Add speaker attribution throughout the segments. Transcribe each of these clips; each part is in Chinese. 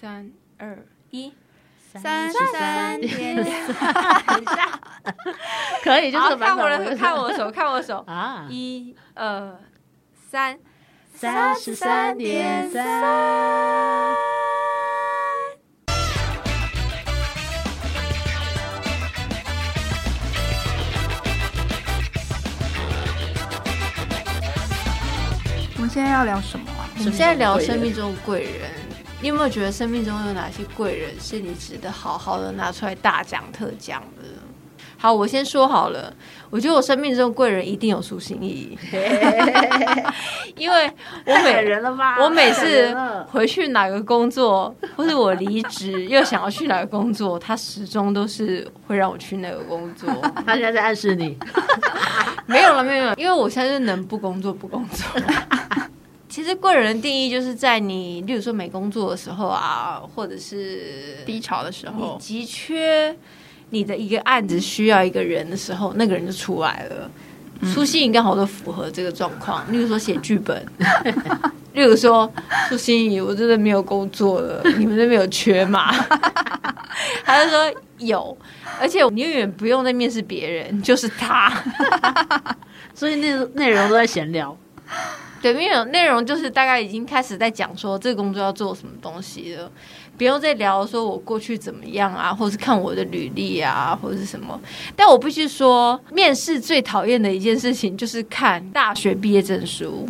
Speaker 1: 三二一，
Speaker 2: 三
Speaker 1: 十三点
Speaker 2: 等一下，
Speaker 3: 可以，就
Speaker 2: 好
Speaker 3: 这个版
Speaker 2: 看
Speaker 3: 本
Speaker 2: 我的，看 我的手，看我的手，
Speaker 3: 啊，
Speaker 2: 一二三，
Speaker 3: 三十三点三。
Speaker 1: 我们现在要聊什么啊？
Speaker 2: 我们现在聊生命中的贵人，你有没有觉得生命中有哪些贵人是你值得好好的拿出来大讲特讲的？好，我先说好了，我觉得我生命中的贵人一定有苏心 怡，因为我每人
Speaker 3: 了吧
Speaker 2: 我每次回去哪个工作， 或者我离职又想要去哪个工作，他始终都是会让我去那个工作。
Speaker 3: 他现在在暗示你，
Speaker 2: 没有了，没有了，因为我现在是能不工作不工作。 其实贵人的定义就是在你，例如说没工作的时候啊，或者是
Speaker 1: 低潮的时
Speaker 2: 你
Speaker 1: 候，
Speaker 2: 急缺你的一个案子需要一个人的时候，那个人就出来了。苏欣怡刚好都符合这个状况，例如说写剧本， 例如说苏欣怡，我真的没有工作了，你们那边有缺吗？ 他就说有，而且你永远不用再面试别人，就是他。
Speaker 3: 所以内内容都在闲聊。
Speaker 2: 对，因为有内容就是大概已经开始在讲说这个工作要做什么东西了，不用再聊说我过去怎么样啊，或是看我的履历啊，或者是什么。但我必须说，面试最讨厌的一件事情就是看大学毕业证书，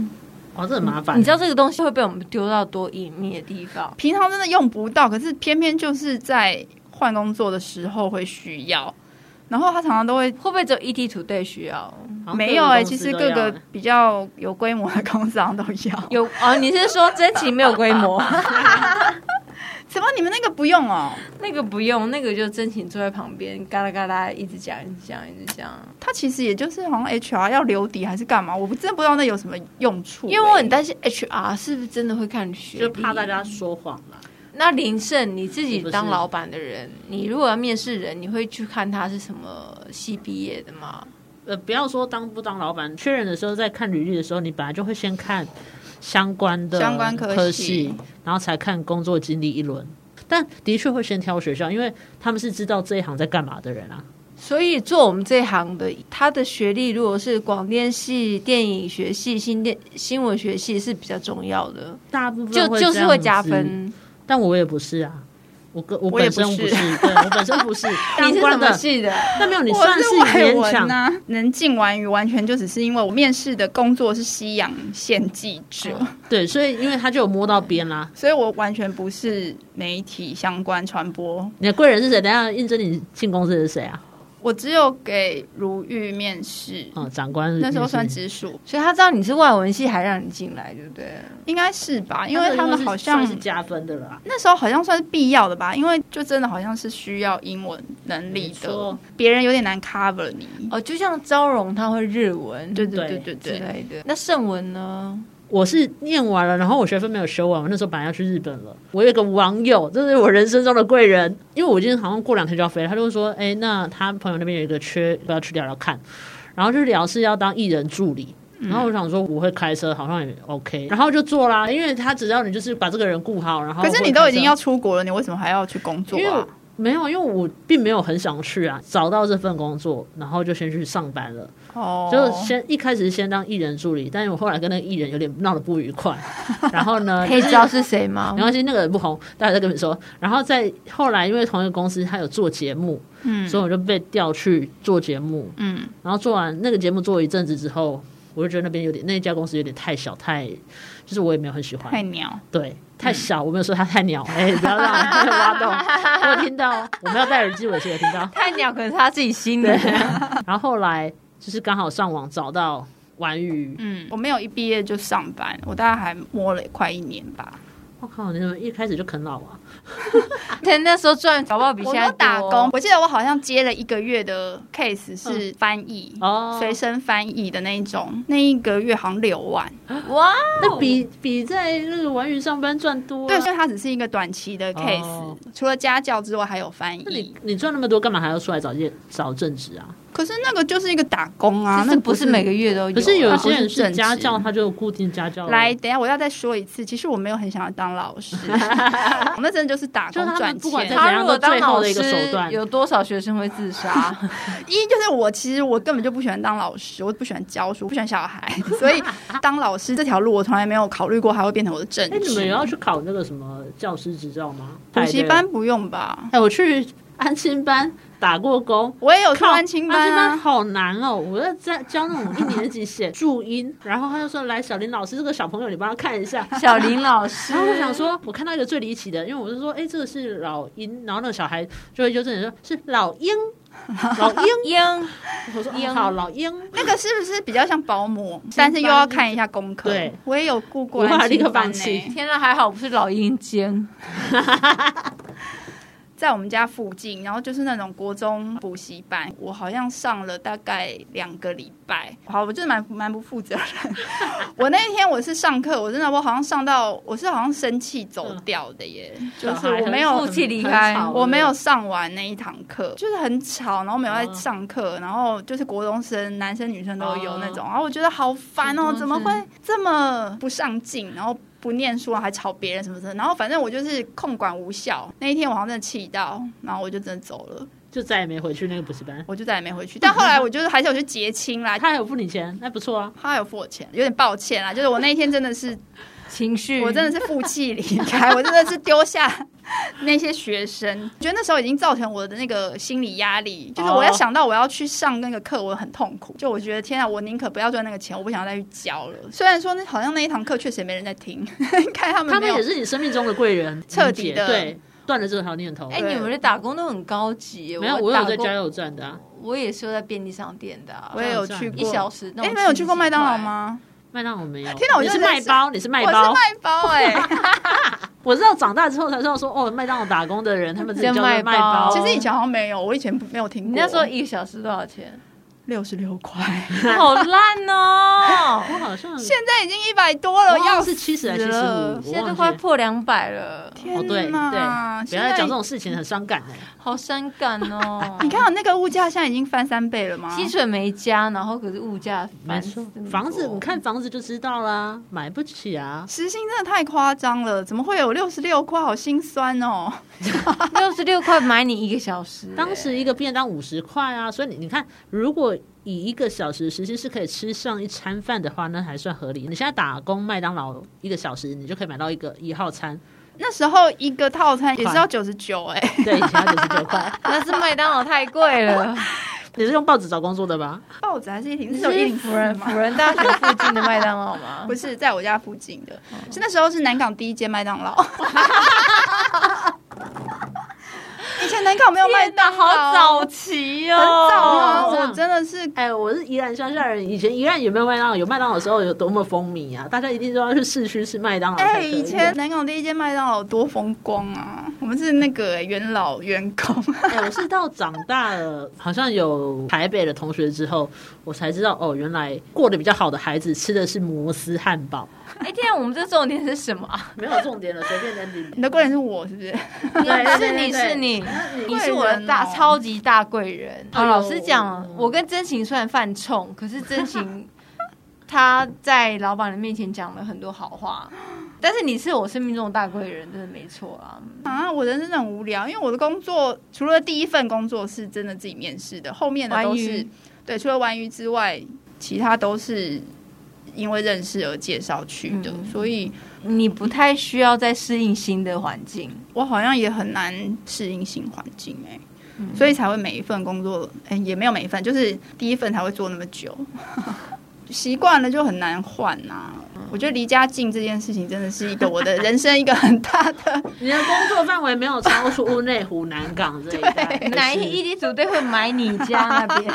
Speaker 3: 哦，这很麻烦。
Speaker 2: 你知道这个东西会被我们丢到多隐秘的地方。
Speaker 1: 平常真的用不到，可是偏偏就是在换工作的时候会需要。然后他常常都会
Speaker 2: 会不会只有 ET Today 需要？
Speaker 3: 好像
Speaker 1: 没有哎、
Speaker 3: 哎、
Speaker 1: 其实各个比较有规模的公司好像都 要。
Speaker 2: 有哦，你是说真情没有规模？
Speaker 1: 怎么你们那个不用哦？
Speaker 2: 那个不用，那个就真情坐在旁边，嘎啦嘎啦一直讲，一直讲，一直讲。
Speaker 1: 它其实也就是好像 HR 要留底还是干嘛，我不真的不知道那有什么用处欸、
Speaker 2: 因为我很担心 HR 是不是真的会看学历，
Speaker 3: 就怕大家说谎啦。
Speaker 2: 那林胜，你自己
Speaker 3: 是不是
Speaker 2: 当老板的人，你如果要面试人，你会去看他是什么系毕业的吗？
Speaker 3: 呃，不要说当不当老板，确认的时候，在看履历的时候，你本来就会先看相关的
Speaker 1: 相关科系
Speaker 3: 科系，然后才看工作经历一轮。但的确会先挑学校，因为他们是知道这一行在干嘛的人啊。
Speaker 2: 所以做我们这一行的，他的学历如果是广电系、电影学系、新电新闻学系是比较重要的，
Speaker 3: 大部分
Speaker 2: 就
Speaker 3: 会
Speaker 2: 就是
Speaker 3: 这
Speaker 2: 会
Speaker 3: 样
Speaker 2: 加
Speaker 3: 子，
Speaker 2: 分。
Speaker 3: 但我也不是啊，我跟我
Speaker 1: 我也
Speaker 3: 本
Speaker 1: 不
Speaker 3: 身不
Speaker 1: 是
Speaker 3: 是，对我本身不 是当
Speaker 2: 你是什
Speaker 3: 官
Speaker 2: 么
Speaker 3: 的，
Speaker 2: 系的？
Speaker 3: 但没有你
Speaker 1: 我
Speaker 3: 算
Speaker 1: 是外
Speaker 3: 勉
Speaker 1: 文啊
Speaker 3: 强
Speaker 1: 呐、能进完语完全就只是因为我面试的工作是西洋献祭者，
Speaker 2: 哦
Speaker 3: 对，所以因为他就有摸到边啦。
Speaker 1: 所以我完全不是媒体相关传播。
Speaker 3: 你的贵人是谁？等一下应征你进公司的是谁啊？
Speaker 1: 我只有给如玉面试，
Speaker 3: 哦，长官
Speaker 1: 那时候
Speaker 3: 是
Speaker 1: 算直属，
Speaker 2: 所以他知道你是外文系，还让你进来，对不对？
Speaker 1: 应该是吧？因
Speaker 3: 那
Speaker 1: 为
Speaker 3: 个
Speaker 1: 他们
Speaker 3: 是
Speaker 1: 好
Speaker 3: 算
Speaker 1: 像
Speaker 3: 是加分的了啦。
Speaker 1: 那时候好像算是必要的吧，因为就真的好像是需要英文能力
Speaker 3: 没
Speaker 1: 的
Speaker 3: 错，
Speaker 1: 别人有点难 cover 你。
Speaker 2: 哦，就像昭荣他会日文，
Speaker 1: 对对对对
Speaker 3: 对
Speaker 2: 之
Speaker 1: 对，
Speaker 2: 类的。那圣文呢？
Speaker 3: 我是念完了，然后我学分没有修完，我那时候本来要去日本了。我有一个网友，这是我人生中的贵人，因为我今天好像过两天就要飞了，他就说：“哎，那他朋友那边有一个缺，不要去聊聊看。”然后就聊是要当艺人助理。
Speaker 1: 嗯
Speaker 3: 然后我想说我会开车，好像也 OK，然后就做啦，因为他只要你就是把这个人顾好，然后
Speaker 1: 可是
Speaker 3: 会
Speaker 1: 你都
Speaker 3: 开
Speaker 1: 已经
Speaker 3: 车
Speaker 1: 要出国了，你为什么还要去工作
Speaker 3: 因为
Speaker 1: 啊
Speaker 3: 我？没有，因为我并没有很想去啊，找到这份工作，然后就先去上班了，
Speaker 1: 哦，
Speaker 3: 就先一开始先当艺人助理，但是我后来跟那个艺人有点闹得不愉 快，然后呢，
Speaker 2: 可以知道是谁吗
Speaker 3: 没？关系，那个人不红，待会再跟你说。然后再后来，因为同一个公司他有做节目，
Speaker 1: 嗯
Speaker 3: 所以我就被调去做节目。
Speaker 1: 嗯，
Speaker 3: 然后做完那个节目做一阵子之后，我就觉得那边有点那一家公司有点太小，太就是我也没有很喜欢
Speaker 1: 太，鸟。
Speaker 3: 对，太小，我没有说他太鸟，哎、不要让 我被挖洞，我有听到哦，我没有戴耳机，我是有听 到。
Speaker 2: 太鸟可能是他自己心里。
Speaker 3: 然后后来就是刚好上网找到玩鱼，
Speaker 1: 嗯，我没有一毕业就上班，我大概还摸了快一年吧。
Speaker 3: 我、靠，你怎么一开始就啃老啊？
Speaker 2: 但那时候赚搞不好比现
Speaker 1: 我
Speaker 2: 在
Speaker 1: 有
Speaker 2: 多
Speaker 1: 打 工，。我记得我好像接了一个月的 case 是翻译，
Speaker 3: 哦
Speaker 1: 随身翻译的那一种，那一个月好像六万。
Speaker 2: 哇，
Speaker 3: 那比比在那个玩鱼上班赚多、啊。
Speaker 1: 对，所以它只是一个短期的 case，、
Speaker 3: 哦
Speaker 1: 除了家教之外还有翻
Speaker 3: 那你
Speaker 1: 译。
Speaker 3: 你赚那么多，干嘛还要出来找业找正职啊？
Speaker 1: 可是那个就是一个打工啊，
Speaker 2: 这
Speaker 1: 那
Speaker 2: 不是每个月都有啊，
Speaker 3: 可是有些人
Speaker 1: 是正
Speaker 3: 是家
Speaker 1: 职
Speaker 3: 教，他就有固定家教了
Speaker 1: 来，，等一下我要再说一次，其实我没有很想要当 老师，我那真的就是打
Speaker 3: 就是
Speaker 1: 工
Speaker 3: 他们
Speaker 1: 赚钱。
Speaker 3: 不管在
Speaker 2: 他如果当老
Speaker 3: 怎样都最后的一个手
Speaker 2: 师，
Speaker 3: 段
Speaker 2: 有多少学生会自杀？
Speaker 1: 一就是我其实我根本就不喜欢当老师，我不喜欢教书，我不喜欢小孩， 所以当老师这条路我从来没有考虑过，还会变成我的正
Speaker 3: 哎，你们有
Speaker 1: 职。
Speaker 3: 要去考那个什么教师执照吗？
Speaker 1: 补习
Speaker 3: 哎
Speaker 1: 班，不用吧？
Speaker 3: 对哎，我去安亲班 打过工。
Speaker 1: 我也有去
Speaker 3: 靠
Speaker 1: 安亲
Speaker 3: 安
Speaker 1: 班
Speaker 3: 亲班
Speaker 1: 啊。
Speaker 3: 好难哦！我在在教那种一 年级写注音，然后他就说：“来，小林老师，这个小朋友你帮他看一下。”
Speaker 2: 小林老师，
Speaker 3: 然后我 想说，我看到一个最离奇的，因为我就说：“哎，这个是老鹰。”然后那个小孩就会纠正你说：“是老 鹰，老鹰。
Speaker 2: 英，”
Speaker 3: 我说：“
Speaker 2: 鹰
Speaker 3: 哦、好，老鹰。”
Speaker 1: 那个是不是比较像保姆？但是又要看一下功课。
Speaker 3: 对，
Speaker 1: 我也有顾过
Speaker 3: 我后来
Speaker 1: 安
Speaker 3: 立刻
Speaker 1: 亲班
Speaker 3: 放
Speaker 1: 呢、
Speaker 3: 弃
Speaker 2: 天呐，还好不是老鹰尖，
Speaker 1: 在我们家附近，然后就是那种国中补习班，我好像上了大概两个礼拜。好，我就是蛮蛮不负责任。 我那一天我是上课，我真的我好像上到我是好像生气走
Speaker 3: 嗯
Speaker 1: 掉的耶，就是我没有
Speaker 2: 负气离开
Speaker 1: 我没有上完那一堂课，哦就是很吵，然后没有在上课，然后就是国中生，男生女生都有那种，然后我觉得好烦哦，
Speaker 2: 嗯
Speaker 1: 怎么会这么不上进，然后不念书，然后还吵别人什么什么，然后反正我就是控管无效。那一天我好像真的气到，然后我就真的走了，
Speaker 3: 就再也没回去那个补习班。
Speaker 1: 我就再也没回去。但后来我就是还是有去结清啦，
Speaker 3: 他还有付你钱，那不错啊。
Speaker 1: 他有付我钱，有点抱歉啦，就是我那一天真的是
Speaker 2: 情绪，
Speaker 1: 我真的是负气离 开，我真的是丢下那些学生。觉得那时候已经造成我的那个心理压力，就是我要
Speaker 3: 哦
Speaker 1: 想到我要去上那个课，我很痛苦。就我觉得天啊，我宁可不要赚那个钱，我不想再去教了。虽然说那好像那一堂课确实也没人在听， 应该他们
Speaker 3: 他
Speaker 1: 嗯没
Speaker 3: 们
Speaker 1: 有
Speaker 3: 也。是你生命中的贵人，
Speaker 1: 彻底
Speaker 3: 理解
Speaker 1: 的
Speaker 3: 对断了这条念头。
Speaker 2: 哎、
Speaker 1: 对
Speaker 2: 你们的打工都很高级耶，
Speaker 3: 没有，
Speaker 2: 我
Speaker 3: 我有
Speaker 2: 打
Speaker 3: 在
Speaker 2: 工
Speaker 3: 加，油站的、啊，
Speaker 2: 我也是有在便利商店的、啊，
Speaker 1: 我也有去
Speaker 2: 一
Speaker 1: 过，
Speaker 2: 小时。
Speaker 1: 哎，你们有去过麦当劳？吗？
Speaker 3: 麦当劳没有。
Speaker 1: 啊天哪我
Speaker 3: 你
Speaker 1: 就是
Speaker 3: 卖包，你是卖
Speaker 1: 我是
Speaker 3: 包。
Speaker 1: 卖包哎、
Speaker 3: 我知道长大之后才知道说，哦，麦当劳打工的人他们自己叫做
Speaker 2: 叫
Speaker 3: 卖
Speaker 2: 卖包
Speaker 3: 包。
Speaker 1: 其实以前好像没有，我以前没有听过。
Speaker 2: 你那时候一个小时多少 钱？
Speaker 1: 六十六块，
Speaker 2: 好 烂哦！
Speaker 3: 我好像
Speaker 1: 现在已经一百多了，
Speaker 3: 我好像
Speaker 1: 要
Speaker 3: 是七十还是七
Speaker 1: 死
Speaker 3: 十
Speaker 1: 了
Speaker 3: 五，
Speaker 2: 现在
Speaker 3: 我
Speaker 2: 都快
Speaker 3: 忘记。
Speaker 2: 破两百了，
Speaker 3: 哦，对
Speaker 1: 天哪
Speaker 3: 对，不要再
Speaker 1: 现在！
Speaker 3: 讲这种事情，很伤感哎、
Speaker 2: 好伤感哦
Speaker 1: 你看，那个物价现在已经翻三倍了吗？
Speaker 2: 薪水没加，然后可是物价
Speaker 3: 没
Speaker 2: 翻
Speaker 3: 错
Speaker 2: 这么，多
Speaker 3: 房子你看房子就知道啦，买不起啊。
Speaker 1: 时薪真的太夸张了，怎么会有六十六块？好心酸哦！
Speaker 2: 六十六块买你一个小时、欸
Speaker 3: 当时一个便当五十块啊，所以你你看，如果以一个小时时薪是可以吃上一餐饭的话，那还算合理。你现在打工麦当劳一个小时，你就可以买到一个一号餐，
Speaker 1: 那时候一个套餐也是要九十九哎，
Speaker 3: 对，以前要九十九块。
Speaker 2: 那是麦当劳太贵了，
Speaker 3: 你是用报纸找工作的吧？
Speaker 2: 哦
Speaker 1: 报纸还是一零，
Speaker 2: 你
Speaker 1: 是有一零
Speaker 2: 辅
Speaker 1: 夫
Speaker 2: 仁
Speaker 1: 人
Speaker 2: 辅
Speaker 1: 吗？
Speaker 2: 仁大学附近的麦当劳吗？
Speaker 1: 不是，在我家附近的，是那时候是南港第一间麦当劳。 以前南港没有麦当劳，
Speaker 2: 期
Speaker 1: 很早啊！
Speaker 3: 哦
Speaker 1: 我真的是
Speaker 3: 哎，我是宜兰乡下人，以前宜兰有没有麦当劳？有麦当劳的时候有多么风靡啊！大家一定都要去市区吃麦当劳才
Speaker 1: 哎，
Speaker 3: 可以。啊
Speaker 1: 以前南港第一间麦当劳多风光啊！我们是那个哎元老员工，
Speaker 3: 哎，我是到长大了，好像有台北的同学之后，我才知道哦，原来过得比较好的孩子吃的是摩斯汉堡，
Speaker 2: 哎，天啊，我们这重点是什么啊？
Speaker 3: 没有重点了，随便能 理
Speaker 1: 你的贵人是我是不是？
Speaker 2: 是你是你，你是我的大
Speaker 1: 贵人哦
Speaker 2: 超级大贵人。
Speaker 3: 哎
Speaker 2: 啊，
Speaker 3: 呦
Speaker 2: 老实讲，我跟真情虽然犯冲，可是真情他在老板的面前讲了很多好话，但是你是我生命中的大贵人，真的没错啊。
Speaker 1: 啊，我人真的很无聊，因为我的工作除了第一份工作是真的自己面试的，后面的都
Speaker 2: 玩
Speaker 1: 是
Speaker 2: 鱼
Speaker 1: 对，除了玩鱼之外，其他都是因为认识而介绍去的，
Speaker 2: 嗯
Speaker 1: 所以
Speaker 2: 你不太需要再适应新的环境，
Speaker 1: 我好像也很难适应新环境哎、所以才会每一份工作，哎、也没有每一份，就是第一份才会做那么久， 习惯了就很难换呐、我觉得离家近这件事情真的是一个我的人生一个很大的
Speaker 3: 你的工作范围没有超出内湖南港这一带，就是
Speaker 2: 哪一异地组队会买你家那 边？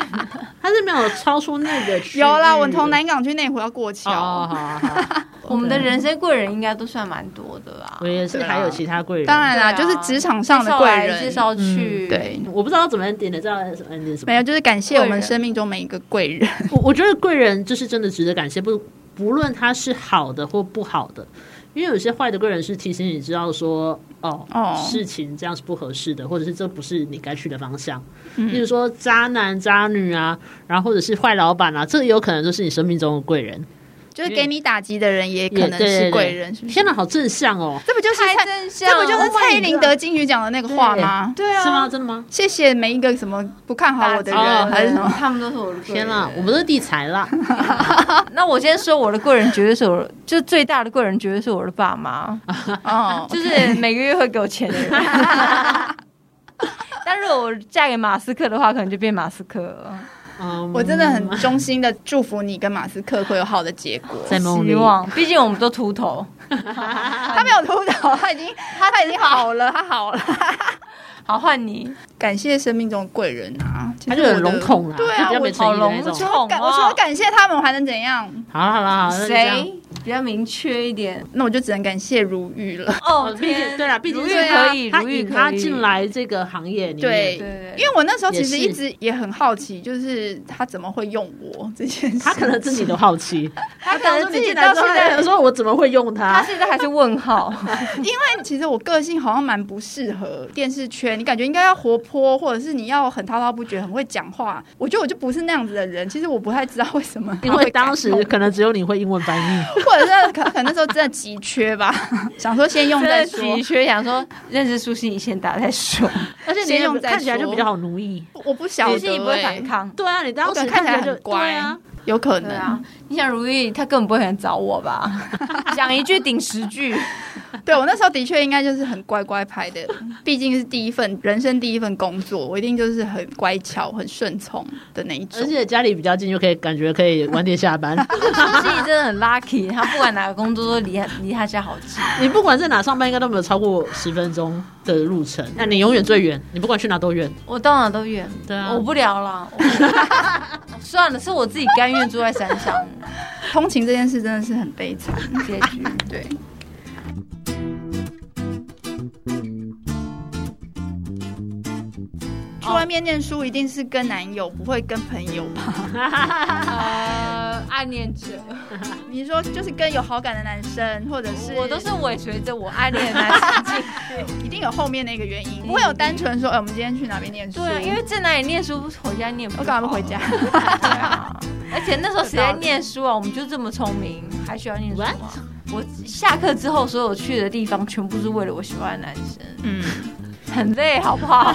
Speaker 3: 它是没有超出那个区域
Speaker 1: 有啦，我从南港去内湖要过桥。
Speaker 3: 哦，好好好，
Speaker 2: 我们的人生贵人应该都算蛮多的啦
Speaker 3: 我。也是，还有其他贵人。
Speaker 1: 啊当然啦，
Speaker 2: 对啊
Speaker 1: 就是职场上
Speaker 2: 介
Speaker 1: 的
Speaker 2: 绍
Speaker 1: 贵
Speaker 2: 来
Speaker 1: 人，
Speaker 2: 介绍去，
Speaker 1: 嗯对
Speaker 3: 我不知道怎么 ending 的，知道 ending 什么？
Speaker 1: 没有，就是感谢我
Speaker 2: 贵
Speaker 1: 们
Speaker 2: 人
Speaker 1: 生命中每一个贵人。
Speaker 3: 我我觉得贵人就是真的值得感谢，不不论他是好的或不好的，因为有些坏的贵人是提醒你知道说，哦，
Speaker 1: 哦
Speaker 3: 事情这样是不合适的，或者是这不是你该去的方向。
Speaker 1: 嗯
Speaker 3: 例如说渣男、渣女啊，然后或者是坏老板啊，这也有可能就是你生命中的贵人。
Speaker 1: 就是给你打击的人也可能
Speaker 3: 对对
Speaker 1: 是
Speaker 3: 对
Speaker 1: 贵人，是不是？
Speaker 3: 天哪，好正向哦！
Speaker 1: 这不就是蔡，
Speaker 4: 正向
Speaker 1: 这不就是蔡依林得金曲奖的那个话吗？
Speaker 4: 对啊，
Speaker 3: 是吗？？真的吗？
Speaker 1: 谢谢每一个什么不看好我的
Speaker 3: 打
Speaker 1: 人
Speaker 3: 击
Speaker 1: 还是什么。
Speaker 4: 他们都是我的贵
Speaker 3: 天
Speaker 4: 人
Speaker 3: 哪，我们都是地财啦！
Speaker 2: 那我先说我的贵人，绝对是我，就最大的贵人，绝对是我的爸妈，
Speaker 3: 啊
Speaker 1: 哦，
Speaker 2: 就是每个月会给我钱的 人。但如果我嫁给马斯克的话，可能就变马斯克了。
Speaker 3: 嗯，
Speaker 1: 我真的很衷心的祝福你跟马斯克会有好的结果。
Speaker 3: 在梦
Speaker 2: 希
Speaker 3: 里。
Speaker 2: 望，毕竟我们都秃头。
Speaker 1: 他没有秃头，他已经他他已经好了，他好了。
Speaker 2: 好，换你，
Speaker 1: 感谢生命中的贵人啊，
Speaker 3: 他就很笼统啦，
Speaker 1: 对啊
Speaker 3: 就比较没诚意的那
Speaker 2: 我好笼
Speaker 3: 种
Speaker 2: 统。
Speaker 1: 感我除了感谢他们，我还能怎样？
Speaker 3: 好了好了好了，那就这样
Speaker 2: 谁比较明确一点？
Speaker 1: 那我就只能感谢如玉了。
Speaker 2: 哦，
Speaker 3: 毕竟对啦，毕竟
Speaker 2: 如
Speaker 3: 是
Speaker 2: 玉
Speaker 3: 他
Speaker 2: 可以，
Speaker 3: 他
Speaker 2: 如玉
Speaker 3: 引
Speaker 2: 可以
Speaker 3: 他进。来这个行业里面，
Speaker 1: 对
Speaker 2: 对，
Speaker 1: 因为我那时候其实
Speaker 3: 也是
Speaker 1: 一直也很好奇，就是他怎么会用我这件事。
Speaker 3: 他可能自己都好奇，
Speaker 1: 他
Speaker 2: 可能自己到
Speaker 3: 到现在说我怎么会用
Speaker 2: 他
Speaker 3: 它？
Speaker 2: 现在还是问 号。
Speaker 1: 因为其实我个性好像蛮不适合电视圈，你感觉应该要活泼，或者是你要很滔滔不绝、很会讲话。我觉得我就不是那样子的人。其实我不太知道为什么，
Speaker 3: 因为当时可能只有你会英文翻译，
Speaker 1: 或者是可可能那时候真的急缺吧，想说先用再
Speaker 2: 在
Speaker 1: 说
Speaker 2: 急。缺想说，认识苏西，你先打再说。
Speaker 3: 而且你
Speaker 1: 先
Speaker 3: 也
Speaker 1: 用再
Speaker 3: 看起来就
Speaker 1: 说
Speaker 3: 比较好奴役。
Speaker 1: 我不晓 得、
Speaker 2: 苏西你不会反，抗。
Speaker 3: 对啊，你当
Speaker 1: 我可
Speaker 3: 时
Speaker 1: 能看起来
Speaker 3: 起来
Speaker 1: 很
Speaker 3: 就
Speaker 1: 乖
Speaker 3: 对啊，
Speaker 1: 有可能
Speaker 2: 对啊，你想如意，他根本不会想找我吧？ 讲一句顶十句，
Speaker 1: 对我那时候的确应该就是很乖乖牌的，毕竟是第一份人生第一份工作，我一定就是很乖巧、很顺从的那一种
Speaker 3: 而。且家里比较近，就可以感觉可以晚点下班。
Speaker 2: 苏西真的很 lucky，他不管哪个工作都离他离他家好近。
Speaker 3: 你不管在哪上班，应该都没有超过十分钟的路程。那你永远最远，你不管去哪都远。
Speaker 2: 我到哪都远，
Speaker 3: 对啊
Speaker 2: 我不聊 了，我算了，是我自己甘愿住在山上，
Speaker 1: 通勤这件事真的是很悲惨。
Speaker 2: 结局
Speaker 1: 对，去外面念书一定是跟男友，不会跟朋友吧？
Speaker 2: 呃，暗恋者，
Speaker 1: 你说就是跟有好感的男生，或者是
Speaker 2: 我都是尾随着我暗恋的男生进。
Speaker 1: 一定有后面那个原因，不会有单纯说，哎、我们今天去哪边念 书？
Speaker 2: 嗯对啊，因为哦在哪里念书，回家念不好
Speaker 1: 我干嘛不回家？
Speaker 2: 对啊 而且那时候谁在念书啊？我们就这么聪明，还需要念书吗？我下课之后所有去的地方，全部是为了我喜欢的男生，
Speaker 1: 嗯，
Speaker 2: 很累，好不好？